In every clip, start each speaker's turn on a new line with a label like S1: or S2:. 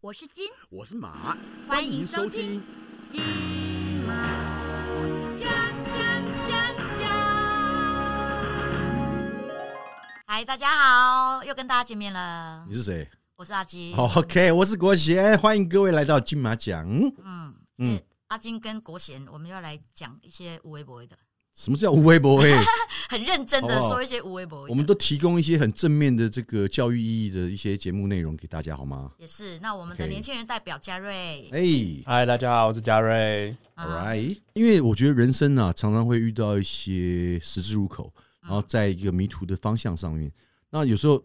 S1: 我是金，
S2: 我是马，
S1: 欢迎收听。金马奖奖奖奖！嗨，大家好，又跟大家见面了，
S2: 你是谁
S1: 我是阿金。
S2: ？OK，我是国贤，欢迎各位来到金马奖。
S1: 嗯
S2: 嗯
S1: 嗯，阿金跟国贤，我们要来讲一些无微博的，
S2: 什么叫无微 博？哎，
S1: 很认真的
S2: 好不好
S1: 说一些无微博的。
S2: 我们都提供一些很正面的这个教育意义的一些节目内容给大家，好吗？
S1: 也是，那我们的
S2: OK
S1: 年轻人代表嘉瑞，
S2: 哎、
S3: 嗨，大家好，我是嘉瑞。
S2: a
S1: 啊
S2: l right，因为我觉得人生啊，常常会遇到一些十字路口，然后在一个迷途的方向上面。那有时候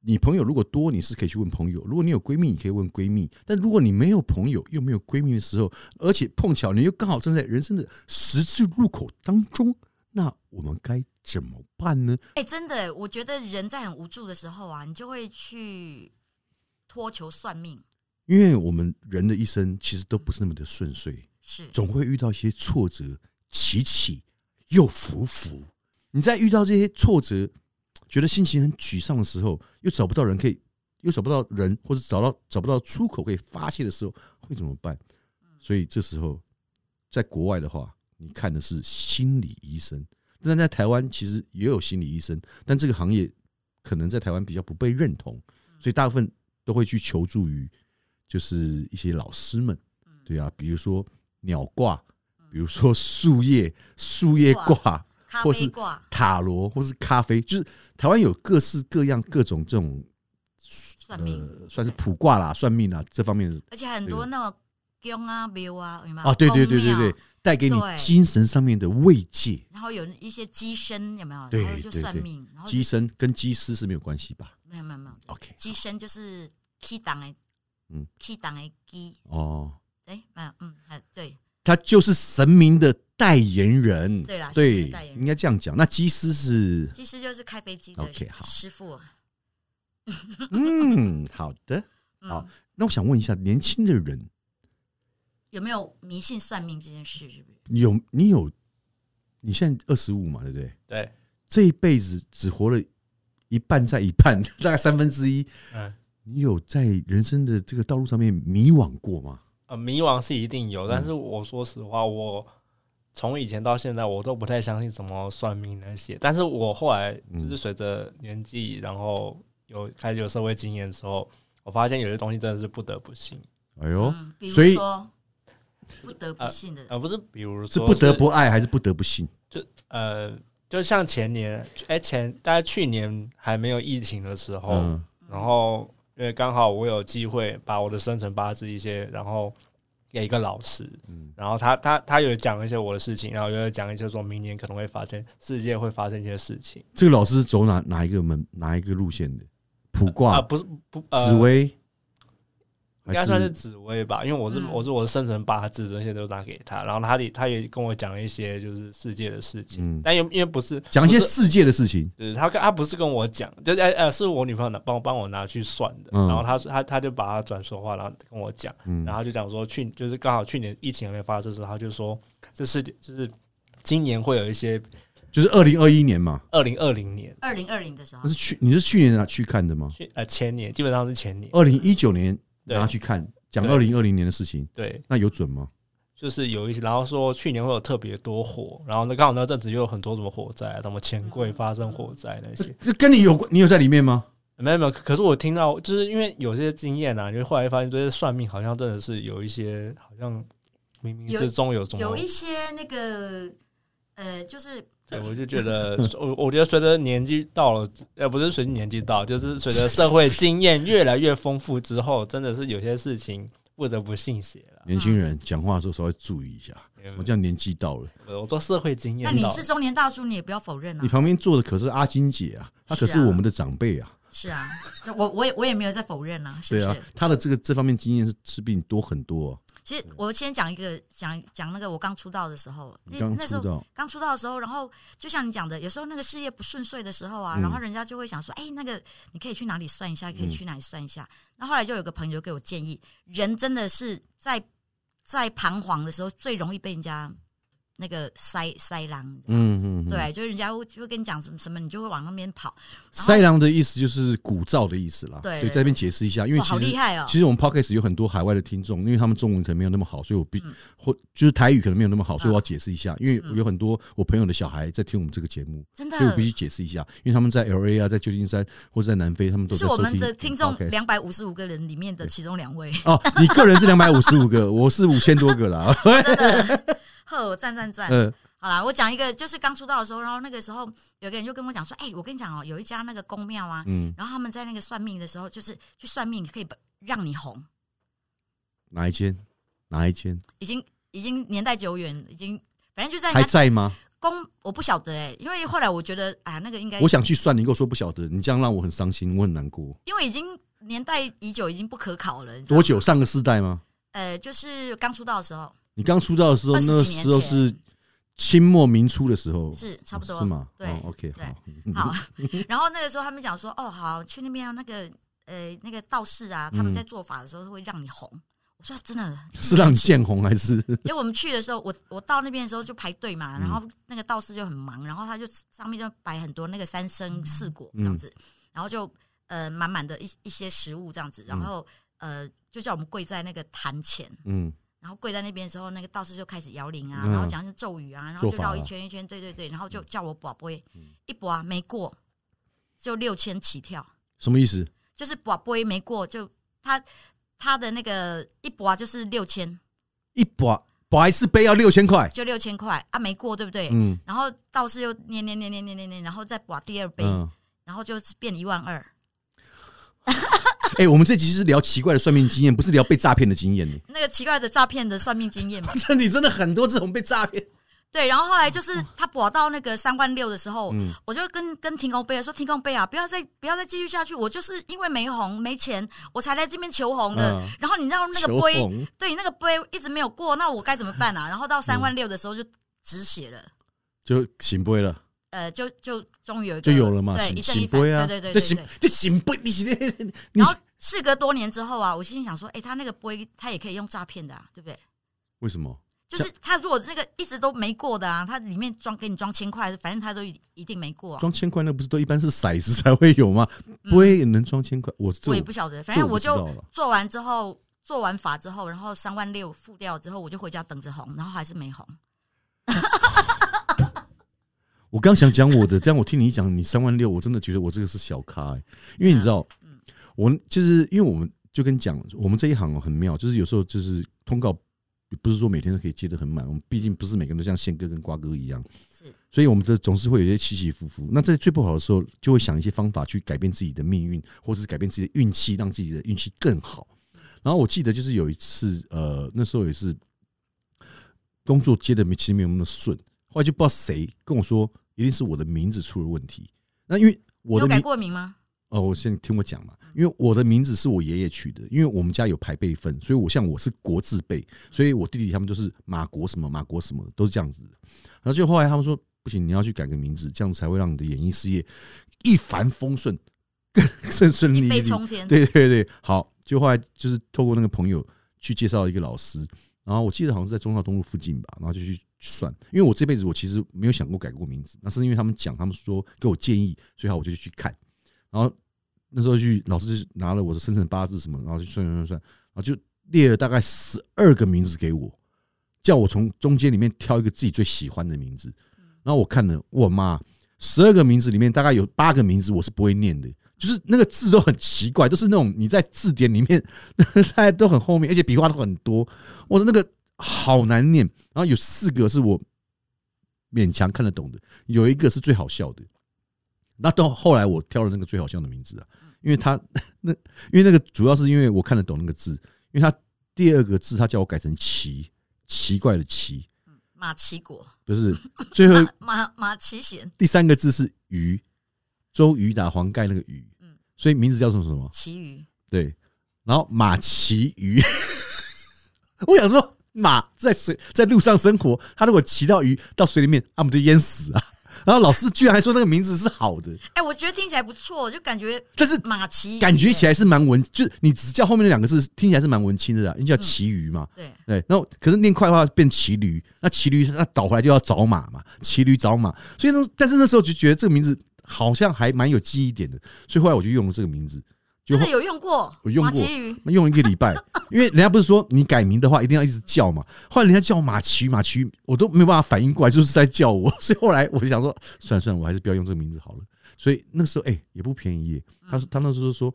S2: 你朋友如果多，你是可以去问朋友；如果你有闺蜜，你可以问闺蜜。但如果你没有朋友又没有闺蜜的时候，而且碰巧你又刚好站在人生的十字路口当中，那我们该怎么办呢？
S1: 哎、真的耶，我觉得人在很无助的时候啊，你就会去托求算命，
S2: 因为我们人的一生其实都不是那么的顺遂，
S1: 是
S2: 总会遇到一些挫折，起起又伏伏。你在遇到这些挫折，觉得心情很沮丧的时候，又找不到人可以，又找不到人，或者找到找不到出口可以发泄的时候，会怎么办？所以这时候，在国外的话，你看的是心理医生，但在台湾其实也有心理医生，但这个行业可能在台湾比较不被认同，所以大部分都会去求助于就是一些老师们，
S1: 嗯
S2: 对啊，比如说鸟卦，比如说树叶树叶卦、
S1: 咖
S2: 或
S1: 啡
S2: 是
S1: 卦
S2: 塔罗或是咖啡，就是台湾有各式各样各种这种呃
S1: 算命，
S2: 算是卜卦啦、算命啦这方面的
S1: 而且很多那种宫啊、庙啊，有没有？
S2: 啊，对对对对
S1: 宫庙
S2: 对，带给你
S1: 对
S2: 精神上面的慰藉。
S1: 然后有一些机身有没有？
S2: 对
S1: 然后就
S2: 对
S1: 算
S2: 对
S1: 命，然后就
S2: 机身跟机师是没有关系吧
S1: 没有没有没有，
S2: ？OK，
S1: 机身就是 key 档的，
S2: 嗯
S1: ，key 档的机，
S2: 哦，
S1: 哎，没有，嗯，还对，
S2: 他就是神明的代言人，
S1: 对啦神明的代言人
S2: 应该这样讲。那机师是
S1: 其实就是开飞机的
S2: OK，好
S1: 师傅，
S2: 嗯，好的。
S1: 嗯
S2: 好那我想问一下，年轻的人
S1: 有没有迷信算命这件事？是不是？
S2: 有你有，你现在二十五嘛，对不对？
S3: 对，
S2: 这一辈子只活了一半，在一半， 大概三分之一。
S3: 嗯，
S2: 你有在人生的这个道路上面迷惘过吗？
S3: 呃，迷惘是一定
S2: 嗯
S3: 有，但是我说实话，我从以前到现在，我都不太相信什么算命那些。但是我后来
S2: 嗯
S3: 就是随着年纪，然后有开始有社会经验之后，我发现有些东西真的是不得不信，
S2: 哎呦，
S1: 嗯，比
S2: 所
S1: 如
S2: 以
S1: 说不得不信的，
S3: 呃，不是，比如
S2: 是
S3: 说
S2: 不得不爱还是不得不信？
S3: 就呃，就像前年，哎、前大概去年还没有疫情的时候，
S2: 嗯，
S3: 然后因为刚好我有机会把我的生辰八字一些，然后给一个老师，
S2: 嗯
S3: 然后他他他有讲一些我的事情，然后又有讲一些说明年可能会发生世界会发生一些事情
S2: 这个老师是走哪哪一个门哪一个路线的？卜
S3: 啊、
S2: 卦、
S3: 不是不呃，
S2: 紫薇，
S3: 应
S2: 还
S3: 该算是紫薇吧，因为我是、
S1: 嗯
S3: 我是我的生辰八字这些都拿给他，然后他也他也跟我讲一些就是世界的事情，
S2: 嗯，
S3: 但因为因为不是
S2: 讲一些
S3: 不是
S2: 世界的事情。
S3: 对，他跟他不是跟我讲，就是呃呃，是我女朋友拿帮我帮我拿去算的，
S2: 嗯
S3: 然后他他他就把他转说话，然后跟我讲，
S2: 嗯
S3: 然后他就讲说去就是刚好去年疫情还没发生的时候，他就说这是就是今年会有一些
S2: 就是二零二一年嘛，
S3: 二零二零年
S1: 二零二零的时候
S2: 那是去你是去年拿去看的吗？
S3: 去呃前年基本上是前年，
S2: 二零一九年
S3: 对
S2: 拿去看，讲
S3: 对
S2: 二零二零年的事情，
S3: 对，
S2: 那有准吗？
S3: 就是有一些，然后说去年会有特别多火，然后那刚好那阵子又有很多什么火灾、啊，什么钱柜发生火灾那些，
S2: 这跟你有关，你有在里面吗？
S3: 没有没有，可可是我听到，就是因为有些经验啊，因为后来发现这些算命好像真的是有一些，好像冥冥之中哦有什么
S1: 有，一些那个呃，就是
S3: 对，我就觉得， 我我觉得随着年纪到了，呃，不是随着年纪到，就是随着社会经验越来越丰富之后，真的是有些事情不得不信邪了。
S2: 年轻人讲话的时候稍微注意一下，什么叫年纪到了？
S3: 我说社会经
S1: 那
S3: 验
S1: 你
S3: 到了，
S1: 是中年大叔，你也不要否认啊
S2: 你。旁边坐的可是阿金姐啊，她可
S1: 是
S2: 是
S1: 啊
S2: 我们的长辈啊，
S1: 是啊，那我我也我也没有在否认啊，是不
S2: 对
S1: 是？
S2: 啊，她的这个这方面经验是是比你多很多啊。
S1: 其实我先讲一个讲讲那个我刚出道的时候，
S2: 你
S1: 那
S2: 刚
S1: 那时
S2: 出
S1: 候啊
S2: 道，
S1: 刚出道的时候，然后就像你讲的，有时候那个事业不顺遂的时候啊，
S2: 嗯
S1: 然后人家就会想说，哎、那个你可以去哪里算一下，可以去哪里算一下。那后来就有个朋友给我建议，人真的是在在彷徨的时候最容易被人家那个塞塞狼，
S2: 嗯嗯，嗯，
S1: 对，就是人家会就会跟你讲什么什么，你就会往那边跑。然后
S2: 塞狼的意思就是鼓噪的意思啦。
S1: 对
S2: 对，在这边解释一下，因为
S1: 哇，好
S2: 其
S1: 厉
S2: 实
S1: 害哦！
S2: 其实我们 podcast 有很多海外的听众，因为他们中文可能没有那么好，所以我必
S1: 嗯
S2: 或就是台语可能没有那么好，所以
S1: 嗯
S2: 我要解释一下，因为有很多我朋友的小孩在听我们这个节目，
S1: 真
S2: 所以我
S1: 的
S2: 必，须解释一下，因为他们在 L A 啊，在旧金山或者在南非，他们都
S1: 就是
S2: 在收
S1: 我们
S2: 听
S1: 的听众
S2: podcast
S1: 两百五十五个人里面的其中两位。
S2: 哦，你个人是两百五十五个，我是五千多个啦。
S1: 真的，呵，赞赞赞！
S2: 呃，
S1: 好啦，我讲一个，就是刚出道的时候，然后那个时候有个人就跟我讲说，哎、我跟你讲哦、有一家那个公庙啊，
S2: 嗯，
S1: 然后他们在那个算命的时候，就是去算命可以让你红，
S2: 哪一间？哪一间
S1: 已经已经年代久远，已经反正就在
S2: 还
S1: 人家
S2: 在吗？
S1: 公，我不晓得哎、因为后来我觉得啊，那个应该
S2: 我想去算，你跟我说不晓得，你这样让我很伤心，我很难过。
S1: 因为已经年代已久，已经不可考了。你知道吗
S2: 多？久？上个世代吗？
S1: 呃，就是刚出道的时候，
S2: 你刚出道的时候，
S1: 20
S2: 那
S1: 几年
S2: 时候
S1: 前
S2: 是清末民初的时候，
S1: 是差不多、
S2: 是吗？
S1: 对
S2: 哦，OK，
S1: 对
S2: 好，
S1: 好，然后那个时候他们讲说，哦，好，去那边啊那个呃那个道士啊，他们在做法的时候会让你红。我说真的，
S2: 嗯是让你见红还 是？
S1: 结果我们去的时候，我我到那边的时候就排队嘛，
S2: 嗯
S1: 然后那个道士就很忙，然后他就上面就摆很多那个三生四果
S2: 嗯
S1: 这样子，然后就呃满满的一一些食物这样子，然后呃就叫我们跪在那个坛前，
S2: 嗯，
S1: 然后跪在那边的时候，那个道士就开始摇铃啊，
S2: 嗯
S1: 然后讲是咒语啊，然后
S2: 做
S1: 就
S2: 法
S1: 绕
S2: 啊嗯
S1: 一圈一圈，对对对，然后就叫我卜杯，一卜啊没过，就六千起跳，
S2: 什么意思？
S1: 就是卜杯没过，就他他的那个一卜啊就是六千，
S2: 一把把一次杯要六千块，
S1: 就六千块啊没过，对不对？
S2: 嗯
S1: 然后道士又念念念念念念念，然后再卜第二杯，
S2: 嗯，
S1: 然后就变一万二。
S2: 哎，我们这集是聊奇怪的算命经验，不是聊被诈骗的经验 呢。
S1: 那个奇怪的诈骗的算命经验嘛，
S2: 这里真的很多这种被诈 骗，
S1: 对，然后后来就是他卜到那个三万六的时候，
S2: 嗯
S1: 我就跟跟停工贝尔说：“停工贝尔，不要再不要再继续下去，我就是因为没红没钱，我才来这边求红的。
S2: 嗯
S1: 然后你让那个
S2: 求
S1: 杯，
S2: 红。
S1: 对，那个杯一直没有过，那我该怎么办啊？然后到三
S2: 嗯
S1: 万六的时候就止血了，
S2: 就醒杯了，
S1: 呃，就就终于有一个
S2: 就有了嘛，
S1: 对，一正
S2: 醒
S1: 一
S2: 醒
S1: 反，
S2: 杯啊，
S1: 对对对对
S2: 就醒
S1: 对。
S2: 就醒 杯，你是你你
S1: 然后事隔多年之后啊，我心里想说，哎、他那个杯他也可以用诈骗的啊，对不对？
S2: 为什么？
S1: 就是他如果这个一直都没过的啊，他里面装给你装千块，反正他都一一定没过啊、
S2: 装千块那不是都一般是骰子才会有吗？杯也能装千块，我
S1: 嗯
S2: 这
S1: 我也不晓得，反
S2: 这
S1: 正
S2: 我不
S1: 我
S2: 知道
S1: 就
S2: 了
S1: 做完之后，做完法之后，然后三万六付掉之后，我就回家等着红，然后还是没红。
S2: 我刚想讲我的，这样我听你讲你三万六，我真的觉得我这个是小咖、欸，因为你知道，我就是因为我们就跟你讲，我们这一行哦很妙，就是有时候就是通告不是说每天都可以接得很满，我们毕竟不是每个人都像宪哥跟瓜哥一样，
S1: 是，
S2: 所以我们的总是会有一些起起伏伏。那在最不好的时候，就会想一些方法去改变自己的命运，或者是改变自己的运气，让自己的运气更好。然后我记得就是有一次，呃，那时候也是工作接的没，其实没有那么顺。后来就不知道谁跟我说，一定是我的名字出了问题。那因为
S1: 你
S2: 我
S1: 有
S2: 的
S1: 改
S2: 名
S1: 过名吗？
S2: 哦，我先听我讲嘛，因为我的名字是我爷爷取的，因为我们家有排辈分，所以我像我是国字辈，所以我弟弟他们都是马国什么马国什么都是这样子的。然后就后来他们说不行，你要去改个名字，这样子才会让你的演艺事业一帆风顺，更顺顺利
S1: 一
S2: 利。
S1: 飞冲天。
S2: 对对对，好，就后来就是透过那个朋友去介绍一个老师，然后我记得好像是在中孝东路附近吧，然后就去算，因为我这辈子我其实没有想过改过名字，那是因为他们讲，他们说给我建议，所以好我就去看，然后那时候去老师就拿了我的生辰八字什么，然后就算算算，然后就列了大概十二个名字给我，叫我从中间里面挑一个自己最喜欢的名字，然后我看了，我妈，十二个名字里面大概有八个名字我是不会念的，就是那个字都很奇怪，都是那种你在字典里面 大家都很后面，而且笔画都很多，我的那个好难念。然后有四个是我勉强看得懂的，有一个是最好笑的。那到后来我挑了那个最好笑的名字啊，因为他 那因为那个主要是因为我看得懂那个字，因为他第二个字他叫我改成奇，奇怪的奇，
S1: 马奇果，
S2: 不是最后
S1: 马马奇贤，
S2: 第三个字是鱼，周瑜打黄盖那个鱼，
S1: 嗯
S2: 所以名字叫什么什么？
S1: 奇鱼，
S2: 对，然后马骑鱼，我想说马在水在路上生活，它如果骑到鱼到水里面，它们就淹死啊。然后老师居然还说那个名字是好的，
S1: 哎、我觉得听起来不错，就感觉
S2: 但是
S1: 马奇
S2: 感觉起来是蛮文，就是你只叫后面那两个字听起来是蛮文青的啦，因为叫骑驴嘛。
S1: 对，
S2: 对，然后可是念快的话变骑驴，那骑驴那倒回来就要找马嘛，骑驴找马。所以呢，但是那时候就觉得这个名字好像还蛮有记忆点的，所以后来我就用了这个名字，就
S1: 真的有用过，
S2: 我用
S1: 马
S2: 过
S1: 奇鱼，
S2: 用一个礼拜， 因为人家不是说你改名的话一定要一直叫嘛，后来人家叫马奇马奇，我都没有办法反应过来，就是在叫我，所以后来我就想说，算了算了，我还是不要用这个名字好了。所以那时候哎、也不便宜耶，他说他那时候说，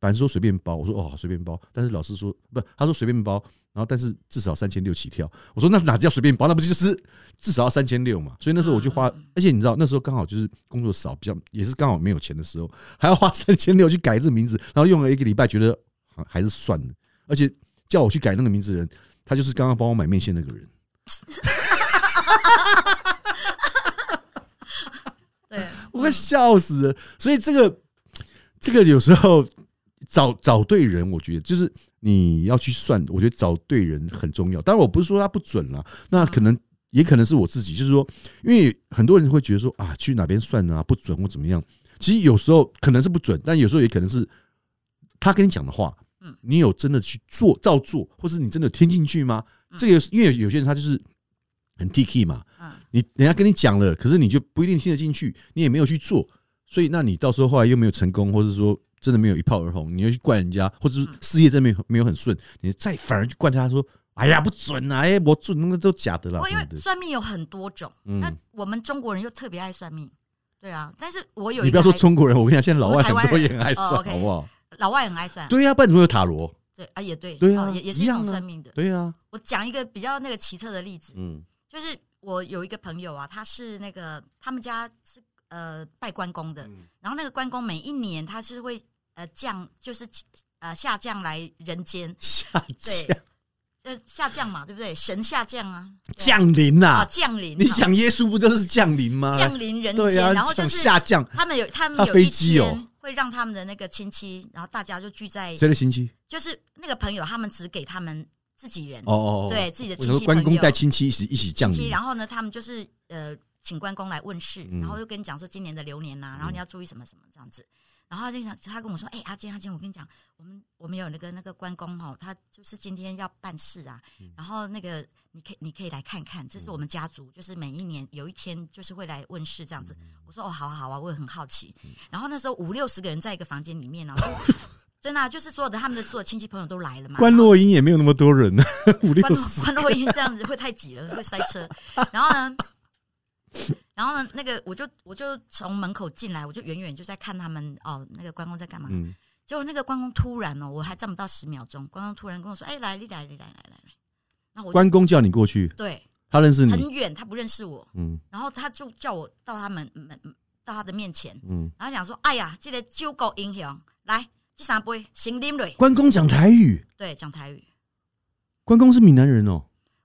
S2: 反正说随便包，我说哦好随便包，但是老师说不，他说随便包，然后但是至少三千六起跳，我说那哪叫随便包，那不就是至少要三千六嘛？所以那时候我就花，而且你知道那时候刚好就是工作少，比较也是刚好没有钱的时候，还要花三千六去改这个名字，然后用了一个礼拜，觉得还还是算了，而且叫我去改那个名字的人，他就是刚刚帮我买面线那个人。
S1: 对，
S2: 我快笑死了。所以这个这个有时候找找对人，我觉得就是你要去算，我觉得找对人很重要。当然，我不是说他不准啦，那可能也可能是我自己，就是说，因为很多人会觉得说啊，去哪边算啊不准或怎么样。其实有时候可能是不准，但有时候也可能是他跟你讲的话
S1: 嗯，
S2: 你有真的去做照做，或是你真的有听进去吗？这个有因为有些人他就是很 T K 嘛，
S1: 嗯，
S2: 你人家跟你讲了，可是你就不一定听得进去，你也没有去做，所以那你到时候后来又没有成功，或是说真的没有一炮而红，你又去怪人家，或者
S1: 嗯
S2: 是事业真的没有没有很顺，你再反而去怪他说，哎呀不准啊，哎我准那个都假的啦
S1: 哦，
S2: 什
S1: 因
S2: 么
S1: 为
S2: 的。
S1: 算命有很多种，
S2: 嗯
S1: 那我们中国人又特别爱算命，对啊。但是我有
S2: 你
S1: 一
S2: 不
S1: 个
S2: 要说
S1: 还
S2: 中国人，我跟你讲，现在老外
S1: 台
S2: 很
S1: 湾
S2: 多
S1: 人
S2: 也很爱算，
S1: 哦，OK
S2: 好不好？
S1: 老外很爱算，
S2: 对呀、不然怎么会有塔罗？
S1: 对啊，也对，
S2: 对啊
S1: 哦也也是
S2: 一
S1: 一
S2: 样啊
S1: 种算命的。
S2: 对呀、
S1: 我讲一个比较那个奇特的例子，
S2: 嗯
S1: 就是我有一个朋友啊，他是那个他们家是呃拜关公的，
S2: 嗯
S1: 然后那个关公每一年他是会呃降，就是呃下降来人间，
S2: 下
S1: 对
S2: 降，
S1: 呃下降嘛，对不对？神下降啊，对啊
S2: 降临呐、
S1: 啊降临，
S2: 你
S1: 好
S2: 讲耶稣不就是降临吗？
S1: 降临人
S2: 对
S1: 间，
S2: 呀、
S1: 然后就
S2: 讲
S1: 是
S2: 下降，
S1: 他们有他们
S2: 搭
S1: 有
S2: 飞
S1: 一
S2: 机哦
S1: 天会让他们的那个亲戚，然后大家就聚在，
S2: 谁的亲戚？
S1: 就是那个朋友，他们只给他们自己人，
S2: 哦哦哦，
S1: 对自己的
S2: 我
S1: 亲
S2: 想
S1: 戚
S2: 说关
S1: 朋
S2: 公
S1: 友
S2: 带亲戚一起一起降
S1: 亲戚，
S2: 临，
S1: 然后呢，他们就是呃，请关公来问事，
S2: 嗯
S1: 然后又跟你讲说今年的流年啊呐、然后你要注意什么什么这样子。然后他就想，他跟我说：“哎、阿坚，阿坚，我跟你讲，我们我们有那个那个关公哦，他就是今天要办事啊。
S2: 嗯
S1: 然后那个你可以你可以来看看，这是我们家
S2: 嗯
S1: 族，就是每一年有一天就是会来问事这样子。我说：“哦，好啊好啊，我也很好奇。
S2: 嗯
S1: 然后那时候五六十个人在一个房间里面哦， 就真的啊、就是所有的他们的所有亲戚朋友都来了嘛。
S2: 关洛英也没有那么多人呢、 五六
S1: 关
S2: 十
S1: 关洛音这样子会太挤了， 会塞车。然后呢，然后呢，那个我就我就从门口进来，我就远远就在看他们哦，那个关公在干嘛？
S2: 嗯，
S1: 结果那个关公突然哦，我还站不到十秒钟，关公突然跟我说：“哎、来，你来，你来，来来来。”那我就
S2: 嗯关公叫你过去，
S1: 对
S2: 他认识你，
S1: 很远，他不认识我，
S2: 嗯
S1: 然后他就叫我到他们门到他的面前，
S2: 嗯。
S1: 然后讲说：“哎呀，这个酒狗英雄，来，这三杯行啉蕊。
S2: 关公讲台语，”
S1: 对，讲台语。
S2: 关公是闽南人哦，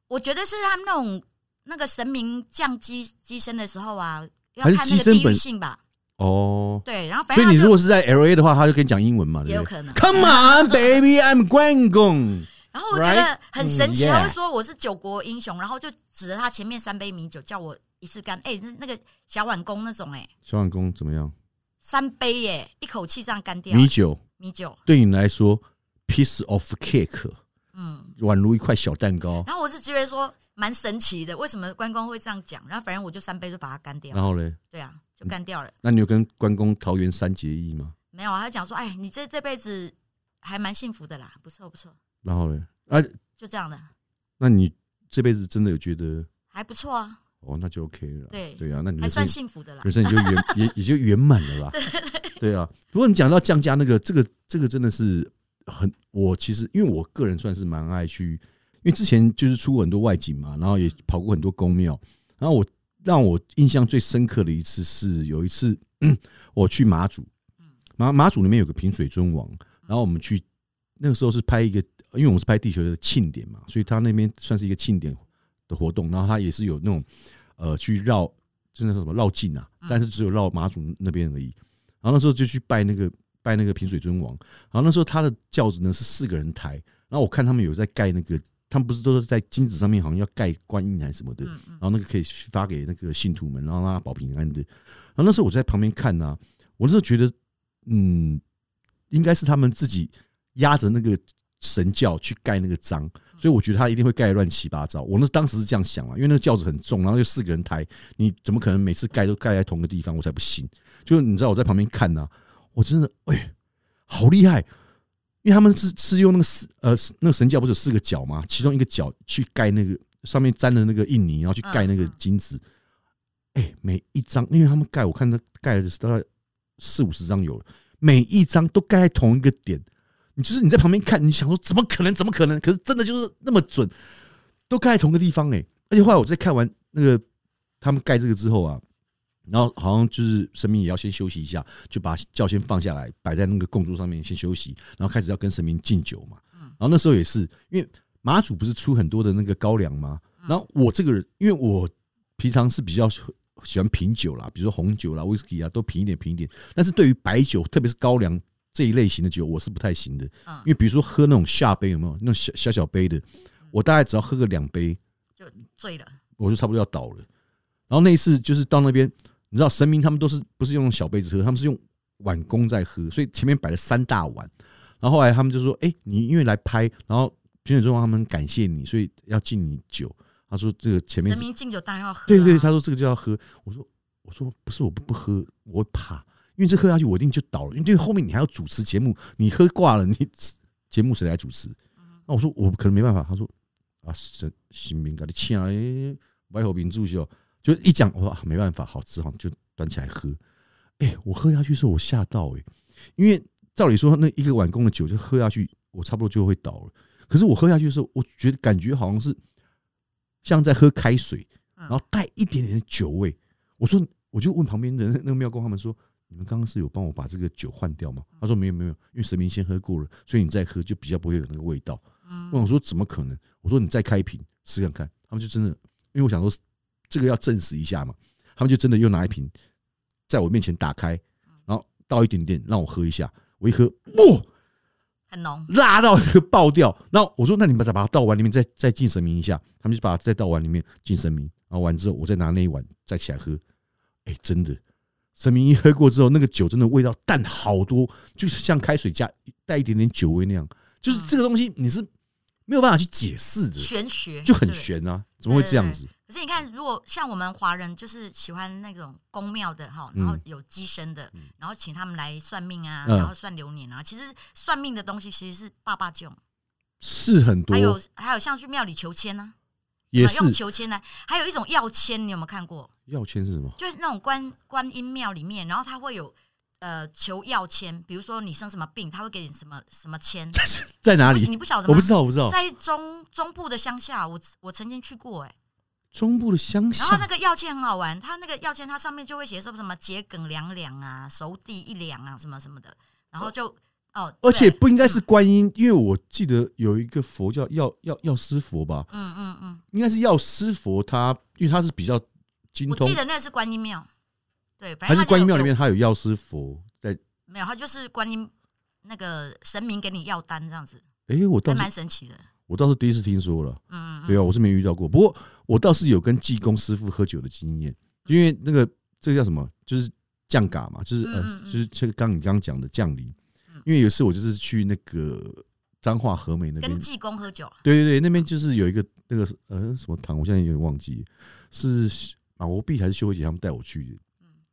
S1: 我觉得是他们那种那个神明降机机身的时候啊，要
S2: 还是
S1: 看那
S2: 机
S1: 个
S2: 身
S1: 地
S2: 本
S1: 域性吧。
S2: 哦，
S1: 对，然后反
S2: 所
S1: 正
S2: 以
S1: 他
S2: 你
S1: 就
S2: 如果是在 L A 的话，他就跟你讲英文嘛，
S1: 也
S2: 对
S1: 有
S2: 不对
S1: 可能。
S2: ？Come on, baby, I'm 关公。
S1: 然后我觉得很神奇，
S2: Right？嗯
S1: 他会
S2: yeah
S1: 说我是九国英雄，然后就指着他前面三杯米酒叫我一次干。哎、那那个小碗公那种哎、
S2: 小碗公怎么样？
S1: 三杯耶、一口气这样干掉
S2: 米酒
S1: 米酒。
S2: 对你来说，piece of cake，
S1: 嗯，
S2: 宛如一块小蛋糕。
S1: 然后我就觉得说蛮神奇的，为什么关公会这样讲？然后反正我就三杯就把它干掉
S2: 然，后嘞，
S1: 对啊，就干掉了。
S2: 那你有跟关公桃园三结义吗？
S1: 没有啊，他讲说，哎，你这这辈子还蛮幸福的啦，不错不错，
S2: 然后嘞，啊，
S1: 就这样的。
S2: 那你这辈子真的有觉得
S1: 还不错啊，
S2: 哦，那就 OK 了啦。
S1: 对
S2: 对啊，那你
S1: 还
S2: 人
S1: 算
S2: 生
S1: 幸福的啦
S2: 人。生也就圆也也就圆满了啦。对啊，如果你讲到降价那个，这个这个真的是很，我其实因为我个人算是蛮爱去，因为之前就是出过很多外景嘛，然后也跑过很多宫庙，然后我让我印象最深刻的一次是有一次 我去马祖，马马祖那边有个平水尊王，然后我们去那个时候是拍一个，因为我们是拍地球的庆典嘛，所以他那边算是一个庆典的活动，然后他也是有那种呃去绕，就那叫什么绕境啊，
S1: 嗯
S2: 但是只有绕马祖那边而已。然后那时候就去拜那个拜那个平水尊王，然后那时候他的轿子呢是四个人抬，然后我看他们有在盖那个他们不是都是在金子上面好像要盖观音还是什么的，
S1: 嗯嗯
S2: 然后那个可以发给那个信徒们，然后让他保平安的。然后那时候我在旁边看呐、我那时候觉得，嗯，应该是他们自己压着那个神教去盖那个章，
S1: 嗯
S2: 所以我觉得他一定会盖得乱七八糟。我那当时是这样想啊，因为那个轿子很重，然后又四个人抬，你怎么可能每次盖都盖在同个地方？我才不信。就你知道我在旁边看呐、啊我真的哎、好厉害！因为他们是是用那个四呃那个神教不是有四个角吗？其中一个角去盖那个上面沾了那个印泥，然后去盖那个
S1: 嗯嗯
S2: 金子。哎、每一张，因为他们盖，我看他盖了大概四五十张有了，每一张都盖在同一个点。你就是你在旁边看，你想说怎么可能？怎么可能？可是真的就是那么准，都盖在同个地方哎、而且后来我在看完那个他们盖这个之后啊，然后好像就是神明也要先休息一下，就把教先放下来，摆在那个供桌上面先休息，然后开始要跟神明敬酒嘛。然后那时候也是因为马祖不是出很多的那个高粱吗？然后我这个人，因为我平常是比较喜喜欢品酒啦，比如说红酒啦、whisky 啊，都品一点品一点。但是对于白酒，特别是高粱这一类型的酒，我是不太行的。
S1: 嗯
S2: 因为比如说喝那种下杯有没有那种小小小杯的，我大概只要喝个两杯，
S1: 醉了，
S2: 我就差不多要倒了。然后那一次就是到那边，你知道神明他们都是不是用小杯子喝，他们是用碗公在喝，所以前面摆了三大碗。然后后来他们就说：“哎、你因为来拍，然后评审中他们很感谢你，所以要敬你酒。”他说：“这个前面
S1: 神明敬酒当然要喝、啊，
S2: 对对，他说这个就要喝。”我说：“我说不是我不不喝，我会怕，因为这喝下去我一定就倒了，因为对后面你还要主持节目，你喝挂了，你节目谁来主持？”
S1: 嗯
S2: 那我说：“我可能没办法。”他说：“啊，神行明，给你请啊，哎白口名住秀，哦就一讲，我说啊，没办法，好，只好就端起来喝。哎、我喝下去的时候，我吓到哎、因为照理说那一个碗公的酒就喝下去，我差不多就会倒了。可是我喝下去的时候，我觉得感觉好像是像在喝开水，
S1: 嗯
S2: 然后带一点点的酒味。我说，我就问旁边的那那个庙公他们说。你们刚刚是有帮我把这个酒换掉吗？
S1: 嗯
S2: 他说没有没有，因为神明先喝过了，所以你再喝就比较不会有那个味道。
S1: 嗯
S2: 我想说怎么可能？我说你再开一瓶试看看，他们就真的，因为我想说这个要证实一下嘛，他们就真的又拿一瓶在我面前打开，
S1: 嗯
S2: 然后倒一点点让我喝一下，我一喝，哇，
S1: 很浓，
S2: 辣到一个爆掉。那我说那你们再把它倒碗里面再再进神明一下，他们就把它再倒碗里面进神明，然后完之后我再拿那一碗再起来喝，哎、真的。神明一喝过之后，那个酒真的味道淡好多，就是像开水加带一点点酒味那样。就是这个东西你是没有办法去解释的，
S1: 玄学
S2: 嗯就很
S1: 对
S2: 悬啊！怎么会这样子？
S1: 可是你看，如果像我们华人，就是喜欢那种宫庙的哈，然后有机身的，然后请他们来算命啊，
S2: 嗯
S1: 然后算流年啊。其实算命的东西其实是爸爸囧，
S2: 是很多
S1: 还，有还有像去庙里求签呢、
S2: 也
S1: 啊
S2: 是
S1: 用求签呢、还有一种药签，你有没有看过？
S2: 药签是什么？
S1: 就是那种观观音庙里面，然后他会有呃求药签，比如说你生什么病，他会给你什么什么 签，
S2: 在哪
S1: 不是
S2: 里？
S1: 你不晓得吗？
S2: 我不知道，我不知道。
S1: 在中中部的乡下，我我曾经去过哎、
S2: 中部的乡
S1: 然后那
S2: 下，
S1: 个药签很好玩， 它那个药签它上面就会写说什么桔梗两两啊，熟地一两啊，什么什么的，然后就哦，
S2: 而且
S1: 对
S2: 不应该是观音，因为我记得有一个佛教药药药师佛吧，
S1: 嗯嗯嗯，
S2: 应该是药师佛他，因为他是比较精
S1: 我
S2: 通
S1: 记，得那是观音庙，对，反
S2: 还
S1: 正它
S2: 是
S1: 就
S2: 观音庙里
S1: 有
S2: 面他有药师佛在。
S1: 没有，它就是观音那个神明给你药单这样子，
S2: 哎，我
S1: 还
S2: 倒是
S1: 蛮神奇的，
S2: 我倒是第一次听说了。
S1: 嗯嗯
S2: 对啊，我是没遇到过。不过我倒是有跟济公师傅喝酒的经验，因为那个这个叫什么，就是酱嘎嘛，就是
S1: 嗯嗯嗯
S2: 呃，
S1: 嗯
S2: 就是这个刚你刚刚讲的降临
S1: 嗯。
S2: 因为有一次我就是去那个彰化和美那
S1: 嗯，
S2: 边
S1: 跟，济公喝酒，
S2: 对对对，那边就是有一个那个呃什么堂，我现在有点忘记，是马国碧还是秀慧姐他们带我去的，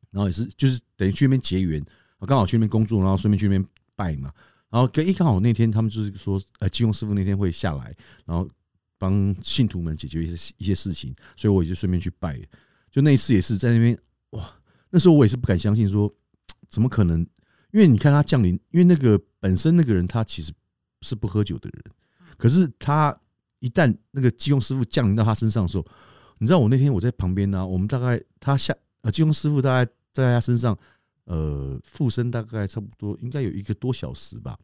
S2: 然后也是就是等于去那边结缘，我刚好去那边工作，然后顺便去那边拜嘛，然后跟一刚好那天他们就是说，呃，济公师傅那天会下来，然后帮信徒们解决一些一些事情，所以我也就顺便去拜了，就那一次也是在那边哇，那时候我也是不敢相信说，怎么可能？因为你看他降临，因为那个本身那个人他其实是不喝酒的人，可是他一旦那个济公师傅降临到他身上的时候，你知道我那天我在旁边呢、啊我们大概他下呃济公师傅大概在他身上呃附身大概差不多应该有一个多小时吧，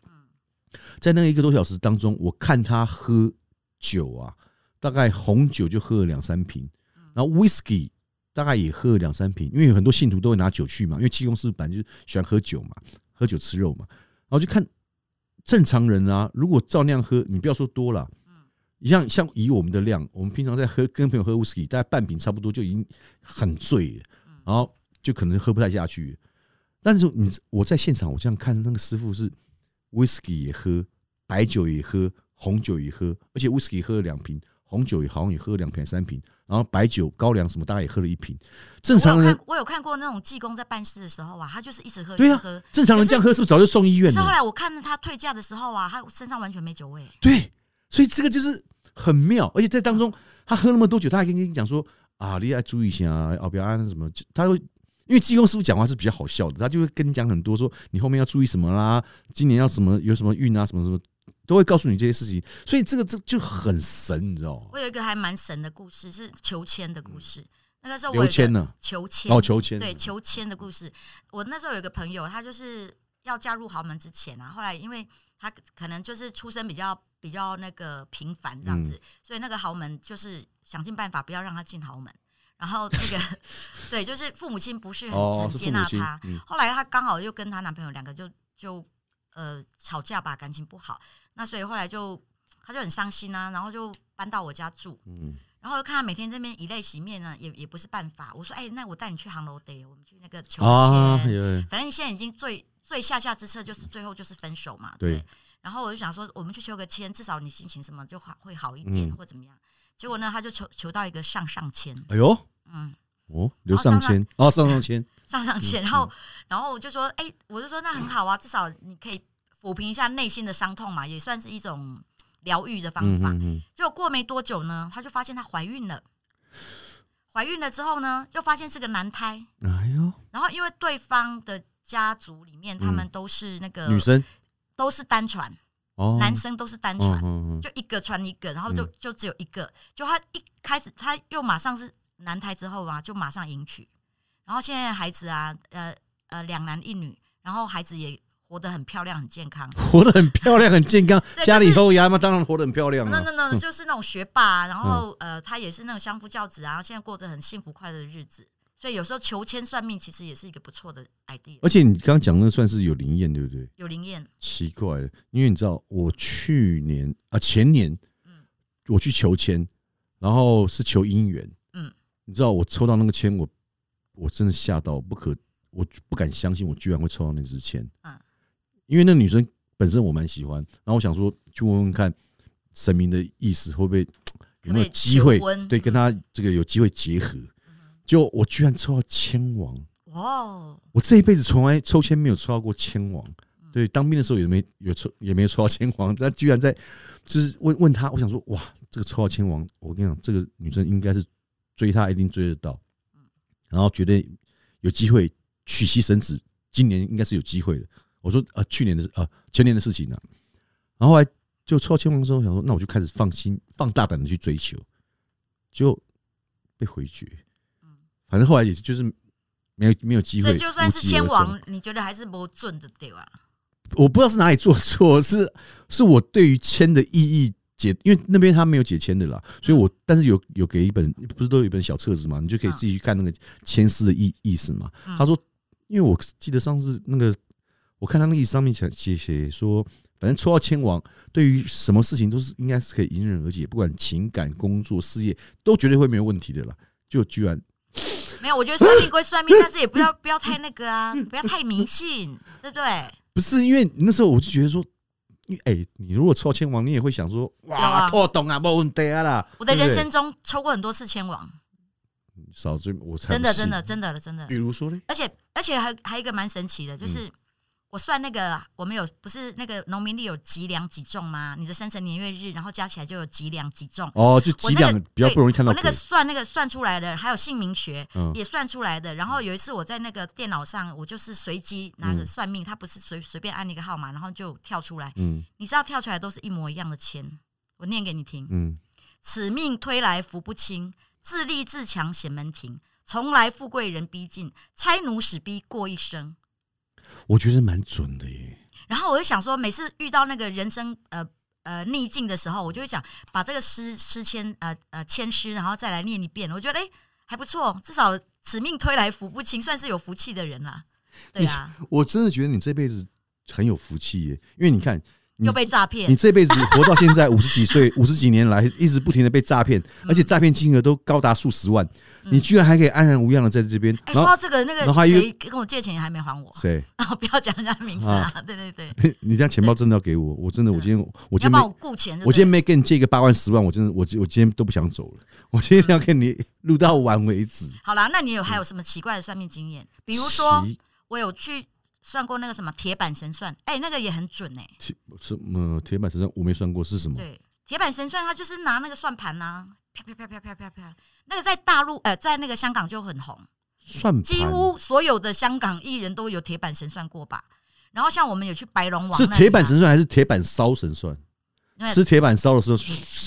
S2: 在那一个多小时当中，我看他喝酒啊，大概红酒就喝了两三瓶，然后 whisky 大概也喝了两三瓶，因为有很多信徒都会拿酒去嘛，因为气功师本来就是喜欢喝酒嘛，喝酒吃肉嘛，然后就看正常人啊，如果照那样喝，你不要说多了，
S1: 嗯
S2: 像像以我们的量，我们平常在喝跟朋友喝 whisky，大概半瓶差不多就已经很醉了，
S1: 嗯
S2: 然后就可能喝不太下去。但是你我在现场，我这样看那个师傅是 whisky 也喝，白酒也喝，红酒也喝，而且 whisky 喝了两瓶，红酒也好像也喝了两瓶还是三瓶，然后白酒、高粱什么大概也喝了一瓶。正
S1: 我
S2: 常
S1: 有
S2: 人
S1: 看，我有看过那种济公在办事的时候啊，他就是一直喝，
S2: 对
S1: 一直
S2: 啊
S1: 喝。
S2: 正常人这样喝是不是早就送医
S1: 可
S2: 院
S1: 是后
S2: 了？
S1: 来我看到他退驾的时候啊，他身上完全没酒味。
S2: 对，所以这个就是很妙，而且在当中他喝那么多酒，他还跟你讲说啊，你要注意一下啊，哦不要按什么，他会。因为济公师傅讲话是比较好笑的，他就会跟你讲很多，说你后面要注意什么啦，今年要什么有什么运啊，什么什么，都会告诉你这些事情，所以这个这就很神，你知道吗？
S1: 我有一个还蛮神的故事，是求签的故事。那个时候我有
S2: 嗯刘
S1: 一个
S2: 谦呢？
S1: 求签，
S2: 哦，求签，
S1: 对求签的故事。我那时候有一个朋友，他就是要嫁入豪门之前啊，后来因为他可能就是出身比较比较那个平凡这样
S2: 嗯
S1: 子，所以那个豪门就是想尽办法不要让他进豪门。然后那个 对，就是父母亲不是很、
S2: 哦，
S1: 很
S2: 是
S1: 接
S2: 父母
S1: 纳
S2: 亲
S1: 他，，
S2: 嗯，
S1: 后来她刚好又跟她男朋友两个就就呃吵架吧，感情不好，那所以后来就她就很伤心啊，然后就搬到我家住，
S2: 嗯
S1: 然后就看她每天这边以泪洗面呢，也也不是办法。我说，哎、那我带你去航楼得，我们去那个求签，
S2: 啊，有
S1: 反正现在已经最最下下之策就是最后就是分手嘛，
S2: 对
S1: 对。然后我就想说，我们去求个签，至少你心情什么就好会好一点、
S2: 嗯
S1: 或怎么样。结果呢，她就求求到一个上上签，
S2: 哎呦，
S1: 嗯，
S2: 哦，刘
S1: 然后上
S2: 尚谦，哦，尚尚谦，
S1: 上上
S2: 嗯
S1: 签，然后然后我就说，哎、我就说那很好啊，至少你可以抚平一下内心的伤痛嘛，也算是一种疗愈的方
S2: 嗯
S1: 法。
S2: 嗯嗯，
S1: 结果过没多久呢，她就发现她怀孕了，怀孕了之后呢，又发现是个男胎，
S2: 哎呦，
S1: 然后因为对方的家族里面他们都是那个、
S2: 嗯女生
S1: 都是单传，
S2: 哦，
S1: 呃男生都是单
S2: 哦
S1: 传，
S2: 嗯嗯
S1: 就一个传一个，然后就
S2: 嗯
S1: 就只有一个，就她一开始她又马上是男胎之后啊，就马上迎娶，然后现在孩子啊，呃呃两男一女，然后孩子也活得很漂亮，很健康。
S2: 活得很漂亮，很健康，
S1: 对
S2: 家里
S1: 就是
S2: 头牙嘛，当然活得很漂亮啊
S1: 那
S2: 了
S1: 那。那就是那种学霸、啊，然后
S2: 嗯
S1: 呃，他也是那种相夫教子啊，然后现在过着很幸福快乐的日子。所以有时候求签算命其实也是一个不错的 idea，
S2: 而且你刚刚讲那算是有灵验，对不对？
S1: 有灵验。
S2: 奇怪了，因为你知道我去年啊前年，
S1: 嗯
S2: 我去求签，然后是求姻缘，
S1: 嗯
S2: 你知道我抽到那个签，我我真的吓到，不可，我不敢相信我居然会抽到那支签，
S1: 嗯
S2: 因为那女生本身我蛮喜欢，然后我想说去问问看神明的意思会不会有
S1: 可不可
S2: 没有
S1: 以
S2: 机会
S1: 求婚嗯
S2: 对跟她这个有机会结合，就我居然抽到签王。
S1: 哇哦，
S2: 我这一辈子从来抽签没有抽到过签王，
S1: 嗯
S2: 对，当兵的时候也没有抽，也没有抽到签王，但居然在就是问问他，我想说，哇，这个抽到签王，我跟你讲，这个女生应该是追他一定追得到，
S1: 嗯
S2: 然后觉得有机会娶妻生子，今年应该是有机会的。我说啊，去年的事啊，前年的事情呢、然后后来就抽到签王之后，想说那我就开始放心放大胆的去追求，就被回绝。反正后来也是就是没有没有机
S1: 所
S2: 会，
S1: 以嗯就算是
S2: 无疾而
S1: 签
S2: 终
S1: 王，你觉得还是不准的对吧？
S2: 我不知道是哪里做错， 是是我对于签的意义解，因为那边他没有解签的啦，所以我但是有有给一本，不是都有一本小册子嘛，你就可以自己去看那个签诗的意意思嘛。
S1: 嗯
S2: 他说，因为我记得上次那个，我看他那个意思上面写写写说，反正抽到签王，对于什么事情都是应该是可以迎刃而解，不管情感、工作、事业都绝对会没有问题的啦。就居然
S1: 没有，我觉得算命归算命，但是也不要不要太那个 啊，不要太迷信， 对不对？
S2: 不是因为那时候我就觉得说，因为哎、你如果抽签王，你也会想说，
S1: 对
S2: 哇，
S1: 啊
S2: 透懂啊，没问题啊啦。
S1: 我的
S2: 对不对
S1: 人生中抽过很多次签王，
S2: 少最我才
S1: 真的
S2: 不信
S1: 真的。真的真的
S2: 比。如说呢？
S1: 而且而且还还有一个蛮神奇的，
S2: 嗯
S1: 就是我算那个我们有不是那个农民历有几两几重吗？你的生辰年月日，然后加起来就有几两几重。
S2: 哦，就
S1: 我
S2: 几
S1: 那个
S2: 两比较不容易看到
S1: 我
S2: 鬼
S1: 那个算那个算出来的，还有姓名学
S2: 嗯
S1: 也算出来的。然后有一次我在那个电脑上，我就是随机拿
S2: 嗯
S1: 着算命，它不是随随便按一个号码，然后就跳出来。
S2: 嗯
S1: 你知道跳出来都是一模一样的签，我念给你听。
S2: 嗯，
S1: 此命推来福不轻，自立自强显门庭。从来富贵人逼近，差奴使逼过一生。
S2: 我觉得蛮准的耶。
S1: 然后我就想说，每次遇到那个人生呃呃逆境的时候，我就会想把这个诗诗签呃呃签诗，然后再来念一遍。我觉得哎还不错，至少此命推来福不轻，算是有福气的人啦。对啊，
S2: 我真的觉得你这辈子很有福气耶，因为你看
S1: 又被诈
S2: 你
S1: 骗，
S2: 这辈子活到现 在五十几岁，五十几年来一直不停的被诈骗，
S1: 嗯
S2: 而且诈骗金额都高达数十万，你居然还可以安然无恙的在这边。
S1: 哎、
S2: 然
S1: 说
S2: 后
S1: 到这个，那
S2: 然
S1: 个
S2: 后还有
S1: 谁跟我借钱还没还我，
S2: 谁？
S1: 然后不要讲人家名字啊，对对对，
S2: 你这样钱包真的要给我？我真的，我今天我
S1: 你要
S2: 今天
S1: 帮
S2: 没
S1: 我顾钱就对了，
S2: 我今天没跟你借个八万十万，我真的我今我今天都不想走了。 我今天要跟你录到完为止。
S1: 好啦，那你有还有什么奇怪的算命经验？比如说，
S2: 嗯奇
S1: 我有去算过那个什么铁板神算，哎、那个也很准哎、
S2: 铁什么呃铁板神算我没算过是什么？
S1: 对，铁板神算它就是拿那个算盘呐、啪啪啪啪啪啪啪，那个在大陆呃，在那个香港就很红，
S2: 算盘
S1: 几乎所有的香港艺人都有铁板神算过吧。然后像我们有去白龙王、啊
S2: 是铁板神，算还是铁板烧神算？
S1: 对
S2: 吃铁板烧的时候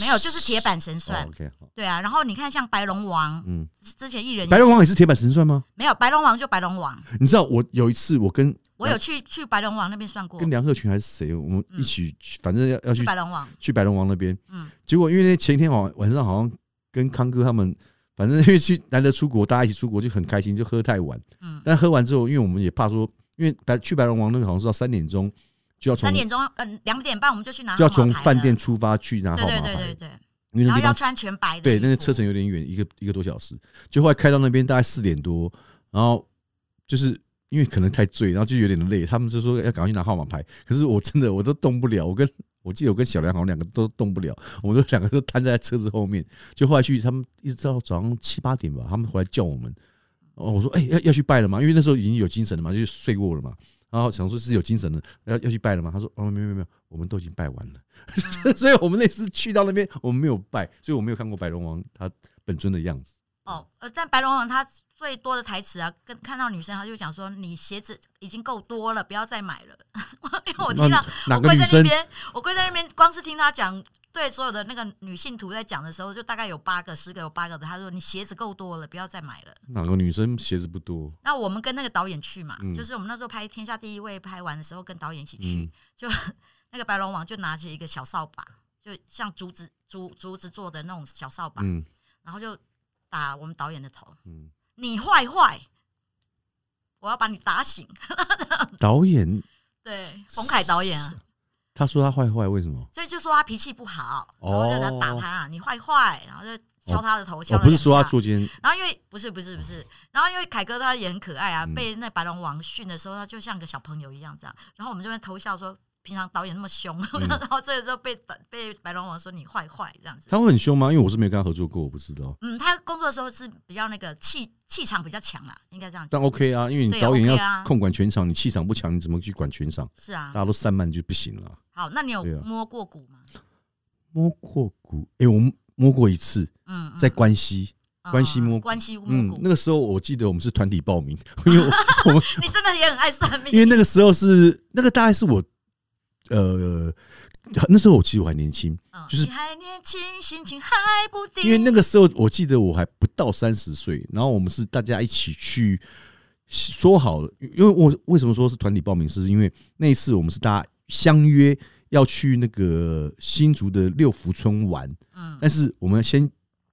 S1: 没有就是铁板神算，
S2: 哦 OK，好
S1: 对啊。然后你看像白龙王，
S2: 嗯
S1: 嗯，之前艺人
S2: 白龙王也是铁板神算吗？
S1: 没有白龙王就白龙王，
S2: 你知道我有一次我跟
S1: 我有去去白龙王那边算过，
S2: 嗯跟梁鹤群还是谁，我们一起去，反正要要
S1: 嗯去
S2: 去
S1: 白龙王，
S2: 去白龙王那边。
S1: 嗯
S2: 结果因为那前一天晚晚上好像跟康哥他们，反正因为去难得出国，大家一起出国就很开心，就喝太晚。
S1: 嗯，
S2: 但喝完之后，因为我们也怕说，因为白去白龙王那个好像是到三点钟就要从
S1: 三点钟，嗯、两点半我们就去拿
S2: 就要
S1: 号码
S2: 从
S1: 牌
S2: 饭店
S1: 了，
S2: 出发去拿号
S1: 对
S2: 码
S1: 对对对
S2: 牌，
S1: 对，
S2: 因为
S1: 然
S2: 那
S1: 后
S2: 地
S1: 要
S2: 方
S1: 穿全白的
S2: 对
S1: 衣服，
S2: 那个车程有点远，一个一个多小时，就后来开到那边大概四点多，然后就是。因为可能太醉，然后就有点累，他们就说要赶快去拿号码牌。可是我真的我都动不了，我跟我记得我跟小梁好像两个都动不了，我们都两个都瘫在车子后面。就后来去他们一直到早上七八点吧，他们回来叫我们，哦，我说哎、要要去拜了吗？因为那时候已经有精神了嘛，就睡过了嘛。然后想说是有精神了，要要去拜了吗？他说哦，没有没有没有，我们都已经拜完了， 所以我们那次去到那边我们没有拜，所以我没有看过白龙王他本尊的样子。
S1: 哦，呃，但白龙王他最多的台词啊，跟看到女生他就讲说：“你鞋子已经够多了，不要再买了。” 因为我听到
S2: 哪
S1: 我
S2: 个
S1: 跪
S2: 女
S1: 在那
S2: 生？
S1: 边，我跪在那边，光是听他讲对所有的那个女信徒在讲的时候，就大概有八个、十个有八个的，他说：“你鞋子够多了，不要再买了。
S2: 哪个女生鞋子不多？”
S1: 那我们跟那个导演去嘛，
S2: 嗯
S1: 就是我们那时候拍《天下第一位》拍完的时候，跟导演一起去，
S2: 嗯，
S1: 就那个白龙王就拿起一个小扫把，就像竹子竹竹子做的那种小扫把，
S2: 嗯
S1: 然后就打我们导演的头。
S2: 嗯，
S1: 你坏坏，我要把你打醒。
S2: 导演
S1: 对，冯凯导演啊，
S2: 他说他坏坏，为什么？
S1: 所以就说他脾气不好，
S2: 哦
S1: 然后就想打他，啊你坏坏，然后就敲他的头，敲
S2: 我
S1: 了
S2: 哦不是
S1: 两下
S2: 说他，作奸，
S1: 然后因为不是不是不是，然后因为凯哥他也很可爱啊，
S2: 嗯
S1: 被那白龙王训的时候，他就像个小朋友一样这样，然后我们这边偷笑说。平常导演那么凶，
S2: 嗯
S1: 然后这个时候被被白龙王说你坏坏这样子。
S2: 他会很凶吗？因为我是没有跟他合作过，我不知道。
S1: 嗯，他工作的时候是比较那个气气场比较强啦，应该这样讲。
S2: 但 OK 啊，因为你
S1: 对
S2: 导演
S1: OK
S2: 要
S1: 啊
S2: 控管全场，你气场不强，你怎么去管全场？
S1: 是啊
S2: 大，家都散漫就不行了。
S1: 好，那你有
S2: 对啊
S1: 摸过骨吗？
S2: 摸过骨，哎、我们摸过一次，
S1: 嗯，嗯
S2: 在关西，关西摸
S1: 嗯关西摸
S2: 嗯
S1: 骨，，
S2: 那个时候我记得我们是团体报名， 因为我我们
S1: 你真的也很爱算命，
S2: 因为那个时候是那个大概是我，呃，那时候我其实我还年轻，
S1: 嗯
S2: 就是
S1: 你还年轻，心情还不定。
S2: 因为那个时候我记得我还不到三十岁，然后我们是大家一起去说好了，因为我为什么说是团体报名，是因为那一次我们是大家相约要去那个新竹的六福村玩，
S1: 嗯
S2: 但是我们先，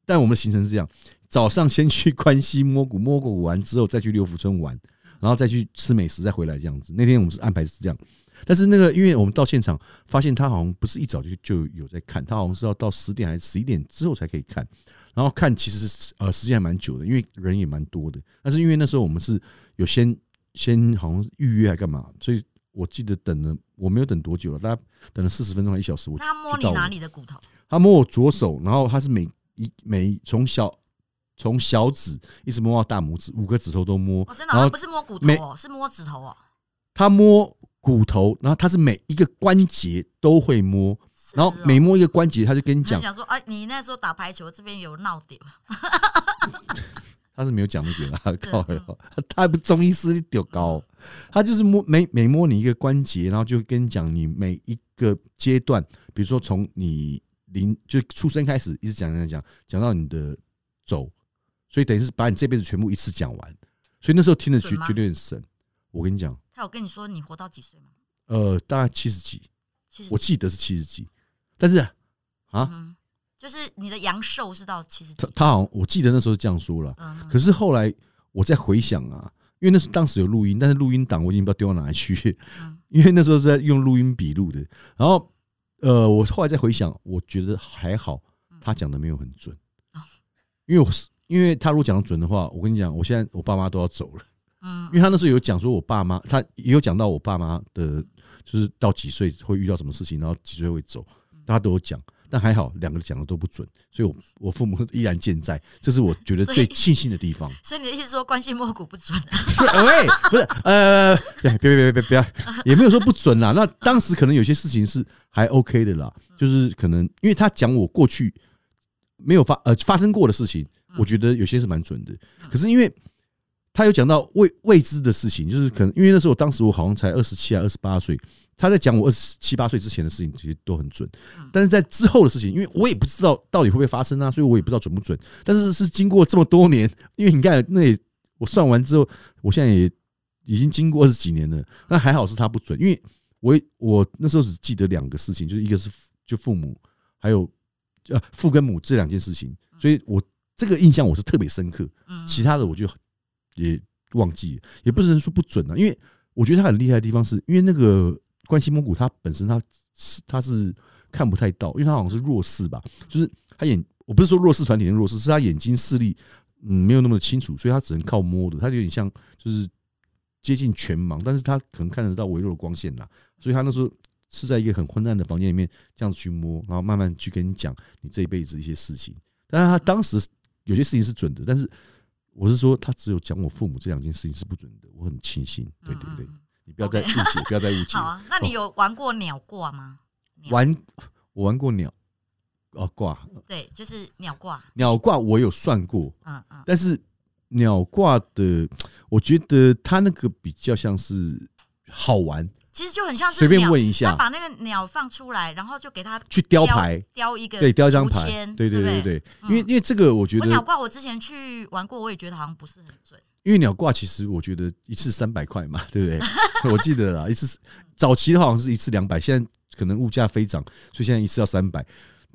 S2: 但我们的行程是这样：早上先去 关西摸骨，摸骨完之后再去六福村玩，然后再去吃美食，再回来这样子。那天我们是安排是这样，但是那个因为我们到现场发现他好像不是一早就就有在看，他好像是要到十点还是十一点之后才可以看，然后看其实是呃时间还蛮久的，因为人也蛮多的。但是因为那时候我们是有先先好像是预约还干嘛，所以我记得等了我没有等多久了，大概等了四十分钟还一小时，我
S1: 那他摸你哪里的骨头？
S2: 他摸我左手，然后他是每一每从小从小指一直摸到大拇指，五个指头都摸
S1: 哦，真，的哦，
S2: 然
S1: 他
S2: 后
S1: 不是摸骨
S2: 没
S1: 头哦，是摸指头哦。
S2: 他摸骨头，然后他是每一个关节都会摸，
S1: 是
S2: 然
S1: 哦
S2: 后每摸一个关节，他就跟你
S1: 他就
S2: 讲，
S1: 讲说，哎，你那时候打排球这边有闹点，
S2: 他是没有讲那个啦，
S1: 对啊
S2: 靠哟，他还不是中医师丢高，他就是摸每每摸你一个关节，然后就跟你讲你每一个阶段，比如说从你零就出生开始，一直讲讲讲讲到你的走，所以等于是把你这辈子全部一次讲完，所以那时候听得觉
S1: 准吗
S2: 觉得很神。我跟你讲，
S1: 他有跟你说你活到几岁吗？
S2: 呃，大概七十几，
S1: 其实
S2: 我记得是七十几，但是啊，
S1: 嗯，就是你的阳寿是到七十
S2: 他
S1: 几，
S2: 他好像我记得那时候是这样说了，
S1: 嗯，
S2: 可是后来我在回想啊，因为那时当时有录音，但是录音档我已经不知道丢到哪里去，
S1: 嗯
S2: 因为那时候是在用录音笔录的。然后，呃，我后来再回想，我觉得还好，他讲的没有很准
S1: 嗯哦，
S2: 因为我是因为他如果讲得准的话，我跟你讲，我现在我爸妈都要走了，
S1: 嗯
S2: 因为他那时候有讲说我爸妈，他也有讲到我爸妈的，就是到几岁会遇到什么事情，然后几岁会走，
S1: 嗯
S2: 大家都有讲。但还好，两个讲的都不准，所以我我父母依然健在，这是我觉得
S1: 所以
S2: 最庆幸的地方。
S1: 所以你的意思说关系摸骨不准啊？
S2: 喂，不是，呃，别别别别别别，也没有说不准啦。那当时可能有些事情是还 OK 的啦，就是可能因为他讲我过去没有发呃发生过的事情，我觉得有些是蛮准的。可是因为他有讲到未未知的事情，就是可能因为那时候当时我好像才二十七啊二十八岁，他在讲我二十七八岁之前的事情其实都很准，但是在之后的事情，因为我也不知道到底会不会发生啊，所以我也不知道准不准。但是是经过这么多年，因为你看那也我算完之后，我现在也已经经过二十几年了，那还好是他不准，因为我也我那时候只记得两个事情，就是一个是父就父母，还有呃父跟母这两件事情，所以我这个印象我是特别深刻，
S1: 嗯，
S2: 其他的我就也忘记了，也不能说不准啊，因为我觉得他很厉害的地方是，因为那个关西蒙古他本身他是他是看不太到，因为他好像是弱视吧，就是他眼我不是说弱视团体的弱视，是他眼睛视力嗯没有那么清楚，所以他只能靠摸的，他有点像就是接近全盲，但是他可能看得到微弱的光线啦，所以他那时候。是在一个很昏暗的房间里面这样子去摸，然后慢慢去跟你讲你这一辈子一些事情。但是他当时有些事情是准的，但是我是说，他只有讲我父母这两件事情是不准的，我很庆幸。对对对
S1: 嗯，嗯
S2: 你不要再误解，不要再误解
S1: 好。啊，那
S2: 哦
S1: 你有玩过鸟卦吗？鸟
S2: 玩我玩过鸟，哦卦
S1: 对，就是鸟卦，
S2: 鸟卦我有算过，
S1: 嗯嗯
S2: 但是鸟卦的，我觉得它那个比较像是好玩，
S1: 其实就很像是
S2: 随便
S1: 鸟
S2: 问一
S1: 他
S2: 下，
S1: 把那个鸟放出来，然后就给它
S2: 去雕牌，
S1: 雕一个
S2: 对，雕一张
S1: 竹
S2: 牌
S1: 签，
S2: 对
S1: 对
S2: 对
S1: 不对。
S2: 对，因为因为这个我觉
S1: 我
S2: 得，
S1: 鸟卦我之前去玩过，我也觉得好像不是很准。
S2: 因为鸟挂其实我觉得一次三百块嘛，对不 对？我记得啦，一次早期的话好像是一次两百，现在可能物价飞涨，所以现在一次要三百。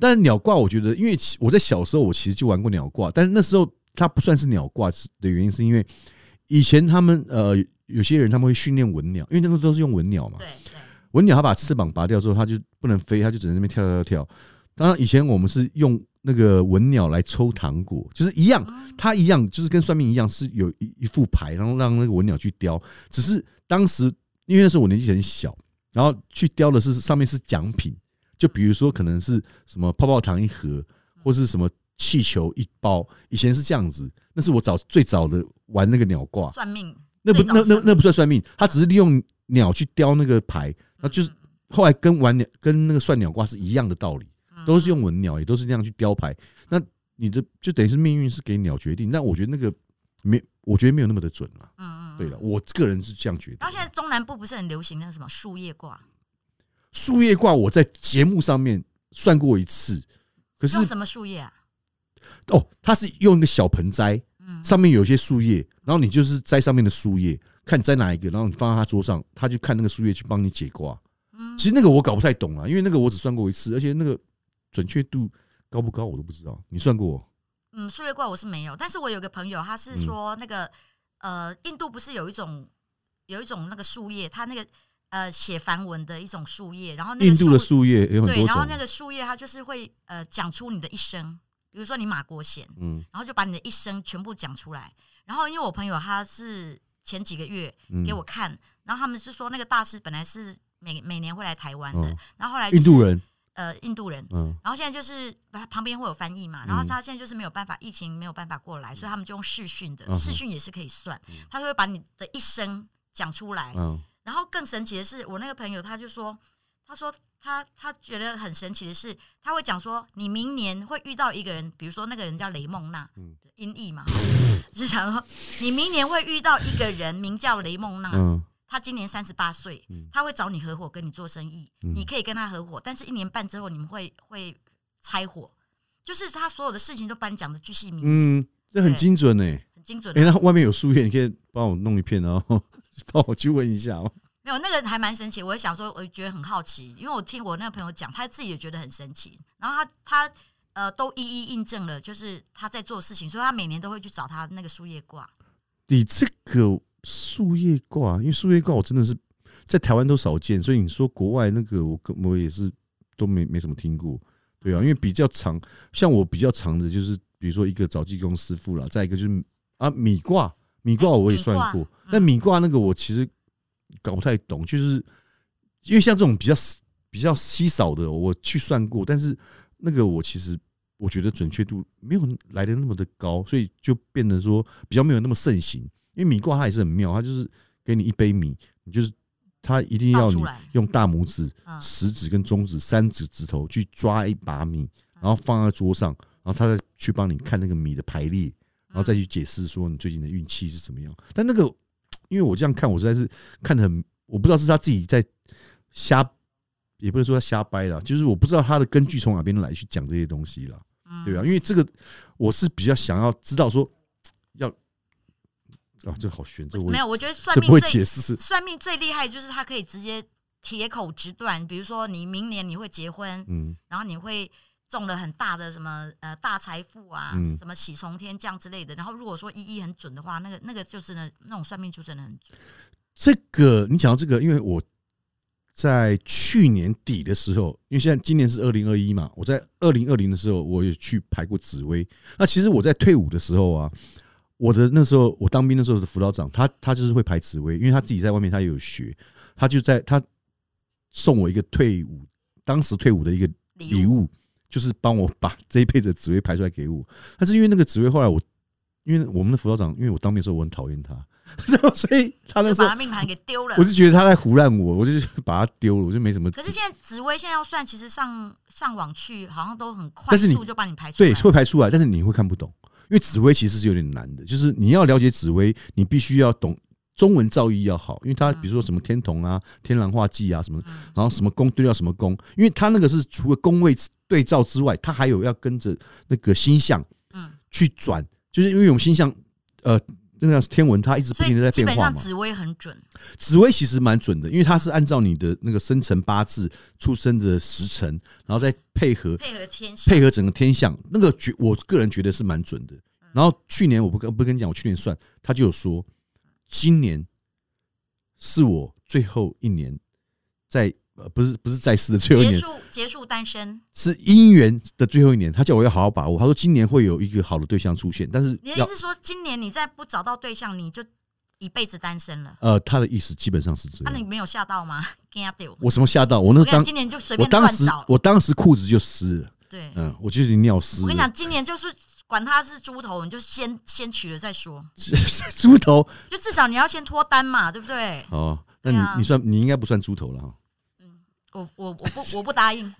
S2: 但鸟挂我觉得，因为其我在小时候我其实就玩过鸟挂，但是那时候它不算是鸟挂的原因，是因为以前他们呃有些人他们会训练文鸟，因为那时候都是用文鸟嘛，
S1: 对对，
S2: 文鸟它把翅膀拔掉之后，它就不能飞，它就只能在那边跳跳跳跳。当然，以前我们是用那个文鸟来抽糖果，就是一样，它一样，就是跟算命一样，是有一一副牌，然后让那个文鸟去雕。只是当时因为那时候我年纪很小，然后去雕的是上面是奖品，就比如说可能是什么泡泡糖一盒，或是什么气球一包。以前是这样子，那是我早最早的玩那个鸟卦。
S1: 算命
S2: 那不
S1: 最早
S2: 那那
S1: 算嗯
S2: 那不算算命，他只是利用鸟去雕那个牌，那就是后来跟玩鸟跟那个算鸟卦是一样的道理，
S1: 啊嗯
S2: 都是用文鸟，也都是那样去雕牌。那你的就等于是命运是给鸟决定，那我觉得那个没，我觉得没有那么的准了。
S1: 嗯嗯嗯。
S2: 对了，我个人是这样觉得
S1: 然。后现在中南部不是很流行那个什么树叶卦，
S2: 树叶卦我在节目上面算过一次，可是
S1: 用什么树叶啊？
S2: 哦，它是用一个小盆栽，
S1: 嗯
S2: 上面有一些树叶，然后你就是摘上面的树叶，看你摘哪一个，然后你放到他桌上，他就看那个树叶去帮你解卦。
S1: 嗯
S2: 其实那个我搞不太懂啊，因为那个我只算过一次，而且那个准确度高不高我都不知道。你算过哦？
S1: 嗯，树叶卦我是没有，但是我有个朋友，他
S2: 嗯
S1: 是说那个、呃，印度不是有一种有一种那个树叶，它那个呃写梵文的一种树叶，然后那个
S2: 印度的树叶也有很
S1: 对，
S2: 多
S1: 然后
S2: 种
S1: 那，个树叶它就是会呃讲出你的一生，比如说你马国贤，
S2: 嗯
S1: 然后就把你的一生全部讲出来。然后因为我朋友他是前几个月
S2: 嗯
S1: 给我看，然后他们是说那个大师本来是每每年会来台湾的，
S2: 嗯
S1: 然后后来、就
S2: 印
S1: 是、
S2: 度人，
S1: 呃印度人，
S2: 嗯
S1: 然后现在就是把旁边会有翻译嘛，然后他现在就是没有办法，疫情没有办法过来，所以他们就用视讯的
S2: 嗯，哼
S1: 视讯也是可以算，他就会把你的一生讲出来。
S2: 嗯
S1: 然后更神奇的是，我那个朋友他就说，他说他他觉得很神奇的是，他会讲说，你明年会遇到一个人，比如说那个人叫雷梦娜，
S2: 嗯
S1: 音译嘛，就想说你明年会遇到一个人，名叫雷梦娜，
S2: 嗯
S1: 他今年三十八岁，他会找你合伙跟你做生意，
S2: 嗯
S1: 你可以跟他合伙，但是一年半之后你们会会拆伙，就是他所有的事情都把你讲的巨细靡，
S2: 嗯，这很精准呢、欸。
S1: 很精准。
S2: 哎、那外面有树叶，你可以帮我弄一片，然后 帮我去问一下哦。
S1: 没有那个还蛮神奇，我就想说，我觉得很好奇，因为我听我那个朋友讲，他自己也觉得很神奇，然后他他。呃，都一一印证了，就是他在做的事情，所以他每年都会去找他那个树叶卦。
S2: 你这个树叶挂，因为树叶挂我真的是在台湾都少见，所以你说国外那个我跟我也是都没没什么听过，对啊，因为比较长，像我比较长的就是比如说一个找技工师傅啦，再一个就是啊米挂，米挂
S1: 哎
S2: 我也
S1: 米
S2: 算
S1: 挂
S2: 过，
S1: 嗯
S2: 但米挂那个我其实搞不太懂，就是因为像这种比较比较稀少的，我去算过，但是那个我其实我觉得准确度没有来的那么的高，所以就变得说比较没有那么盛行。因为米挂它也是很妙，它就是给你一杯米，你就是它一定要
S1: 倒
S2: 你
S1: 出来，
S2: 用大拇指、
S1: 嗯，
S2: 食指跟中指三指指头去抓一把
S1: 嗯
S2: 米，然后放在桌上，然后他再去帮你看那个米的排列，然后再去解释说你最近的运气是怎么样。但那个，因为我这样看，我实在是看得很，我不知道是他自己在瞎，也不能说他瞎掰啦，就是我不知道他的根据从哪边来去讲这些东西啦，
S1: 嗯
S2: 对啊，因为这个我是比较想要知道说要啊，这好悬，这
S1: 我
S2: 我
S1: 没有，我觉得算
S2: 这
S1: 命
S2: 不会
S1: 最
S2: 解释，
S1: 算命最厉害就是他可以直接铁口直断，比如说你明年你会结婚，
S2: 嗯
S1: 然后你会中了很大的什么呃大财富啊，
S2: 嗯
S1: 什么喜从天降之类的。然后如果说一一很准的话，那个那个就真的那种算命就真的很准。
S2: 这个你讲到这个，因为我在去年底的时候，因为现在今年是二零二一嘛，我在二零二零的时候，我也去排过紫薇。那其实我在退伍的时候啊，我的那时候我当兵的时候的辅导长，他他就是会排紫薇，因为他自己在外面他也有学，他就在他送我一个退伍当时退伍的一个礼
S1: 礼物
S2: 物，就是帮我把这一辈子的紫薇排出来给我。但是因为那个紫薇后来我，因为我们的辅导长，因为我当兵的时候我很讨厌他， 所以他那
S1: 就
S2: 时候
S1: 把他命盘给丢了
S2: 我。就觉得他在胡乱我，我就把他丢了，我就没什么。
S1: 可是现在紫薇现在要算，其实上上网去好像都很快
S2: 但是你
S1: 速就把你排出来
S2: 对，。会排出啊来，但是你会看不懂，因为紫薇其实是有点难的，就是你要了解紫薇，你必须要懂中文造诣要好，因为它
S1: 嗯
S2: 比如说什么天同啊、天狼化忌啊什么的，
S1: 嗯
S2: 然后什么宫对到什么宫，因为它那个是除了宫位对照之外，它还有要跟着那个星象
S1: 嗯，
S2: 去转，就是因为我们星象呃那个天文它一直不
S1: 所
S2: 停的
S1: 以
S2: 在
S1: 基
S2: 变
S1: 本
S2: 化
S1: 上
S2: 嘛。
S1: 紫薇很准。
S2: 紫薇其实蛮准的，因为它是按照你的那个生辰八字、出生的时辰，然后再配合
S1: 配合天象，
S2: 配合整个天象，那个觉我个人觉得是蛮准的。
S1: 嗯
S2: 然后去年我不跟不跟你讲，我去年算，他就有说，今年是我最后一年在呃不是不是在世的最后一
S1: 结
S2: 年，
S1: 束结束单身。
S2: 是姻缘的最后一年。他叫我要好好把握，他说今年会有一个好的对象出现，但是
S1: 你的意
S2: 要
S1: 思是说，今年你再不找到对象，你就一辈子单身了？
S2: 呃他的意思基本上是这
S1: 那、你
S2: 样。
S1: 没有吓到吗？惊掉！
S2: 我什么吓到我那
S1: 我跟你讲，
S2: 当
S1: 今年就随
S2: 我
S1: 便
S2: 当
S1: 乱
S2: 时
S1: 找。
S2: 我当时裤子就湿了，
S1: 对，
S2: 嗯，我就是尿湿了。
S1: 我跟你讲，今年就是管他是猪头，你就先先娶了再说，
S2: 猪头
S1: 就至少你要先脱单嘛，对不对？
S2: 哦，那
S1: 对啊
S2: 你你算你应该不算猪头了 哈。
S1: 我我我不我不答应，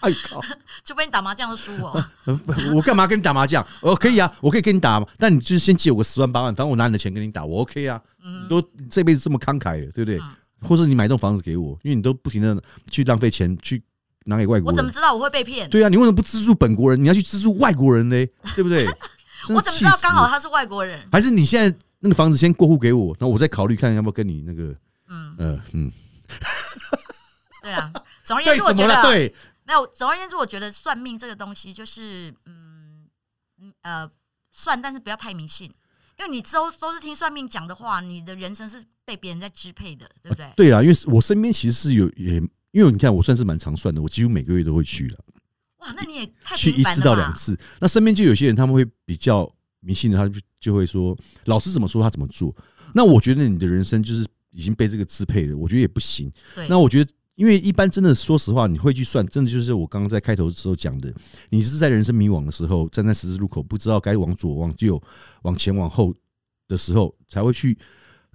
S2: 哎靠！
S1: 除非你打麻将就输我。
S2: 呃不 我干嘛跟你打麻将？我可以啊，我可以跟你打嘛，但你就是先借我个十万八万，反正我拿你的钱跟你打，我 OK 啊。
S1: 嗯
S2: 你都你这辈子这么慷慨了，对不对？或者你买栋房子给我，因为你都不停的去浪费钱去拿给外国
S1: 我怎么
S2: 人。
S1: 知道我会被骗？
S2: 对啊，你为什么不资助本国人？你要去资助外国人 呢？对不对？真
S1: 我
S2: 的
S1: 怎么
S2: 气
S1: 知道
S2: 死
S1: 刚好
S2: 了
S1: 他是外国人？
S2: 还是你现在那个房子先过户给我，然后我再考虑看要不要跟你那个，
S1: 嗯，
S2: 呃嗯，
S1: 对啊。总而言
S2: 对
S1: 之，我
S2: 什
S1: 觉
S2: 么了？
S1: 得啊
S2: 对，
S1: 没有，总而言之，我觉得算命这个东西就是，嗯，嗯呃，算，但是不要太迷信，因为你都都是听算命讲的话，你的人生是被别人在支配的，对不对？
S2: 哦对啦，因为我身边其实是有也，因为你看我算是蛮常算的，我几乎每个月都会去了。
S1: 哇，那你也太
S2: 去
S1: 频
S2: 一
S1: 繁
S2: 次
S1: 了
S2: 到两
S1: 吧？
S2: 次。那身边就有些人他们会比较迷信的，他就就会说老师怎么说他怎么做。那我觉得你的人生就是已经被这个支配了，我觉得也不行。
S1: 对，
S2: 那我觉得。因为一般真的，说实话，你会去算，真的就是我刚刚在开头的时候讲的，你是在人生迷惘的时候，站在十字路口，不知道该往左、往右、往前、往后的时候，才会去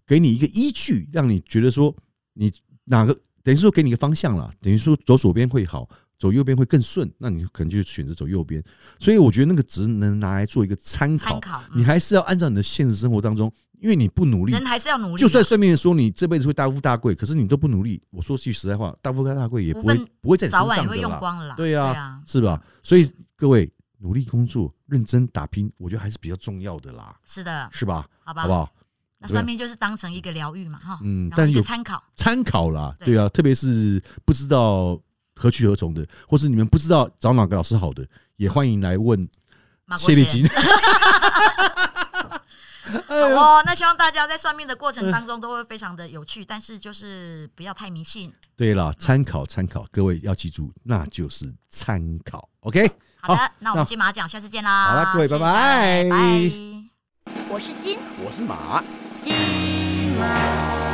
S2: 给你一个依据，让你觉得说你哪个等于说给你一个方向啦，等于说走左边会好，走右边会更顺，那你可能就选择走右边。所以我觉得那个只能拿来做一个参
S1: 参，
S2: 考
S1: 考，
S2: 你
S1: 嗯
S2: 还是要按照你的现实生活当中，因为你不努力，
S1: 人还是要努力啊，
S2: 就算算命人说你这辈子会大富大贵，可是你都不努力，我说句实在话，大富大贵也不会
S1: 福分
S2: 不会在你身
S1: 早
S2: 上的
S1: 晚也会用
S2: 啦
S1: 光了啦。
S2: 对啊
S1: 啊，
S2: 是吧？所以各位努力工作，认真打拼，我觉得还是比较重要的啦，
S1: 是的，
S2: 是吧？
S1: 好吧，
S2: 好不好？
S1: 那
S2: 对啊
S1: 算命就是当成一个疗愈嘛，哈，
S2: 嗯
S1: 然后
S2: 但
S1: 一个
S2: 有
S1: 参考，
S2: 参考啦，
S1: 对
S2: 对啊，特别是不知道何去何从的，或是你们不知道找哪个老师好的，也欢迎来问
S1: 马国
S2: 谢丽
S1: 贤
S2: 金。
S1: 好
S2: 嗯
S1: 哦，那希望大家在算命的过程当中都会非常的有趣，但是就是不要太迷信。
S2: 对了，参考参考，各位要记住，那就是参考。OK，
S1: 好的
S2: 好，
S1: 那我
S2: 那
S1: 们金马奖下次见啦。
S2: 好啦各位
S1: 谢谢
S2: 拜
S1: 拜
S2: 拜
S1: 拜。
S4: 我是金
S5: 我是马。
S4: 金马。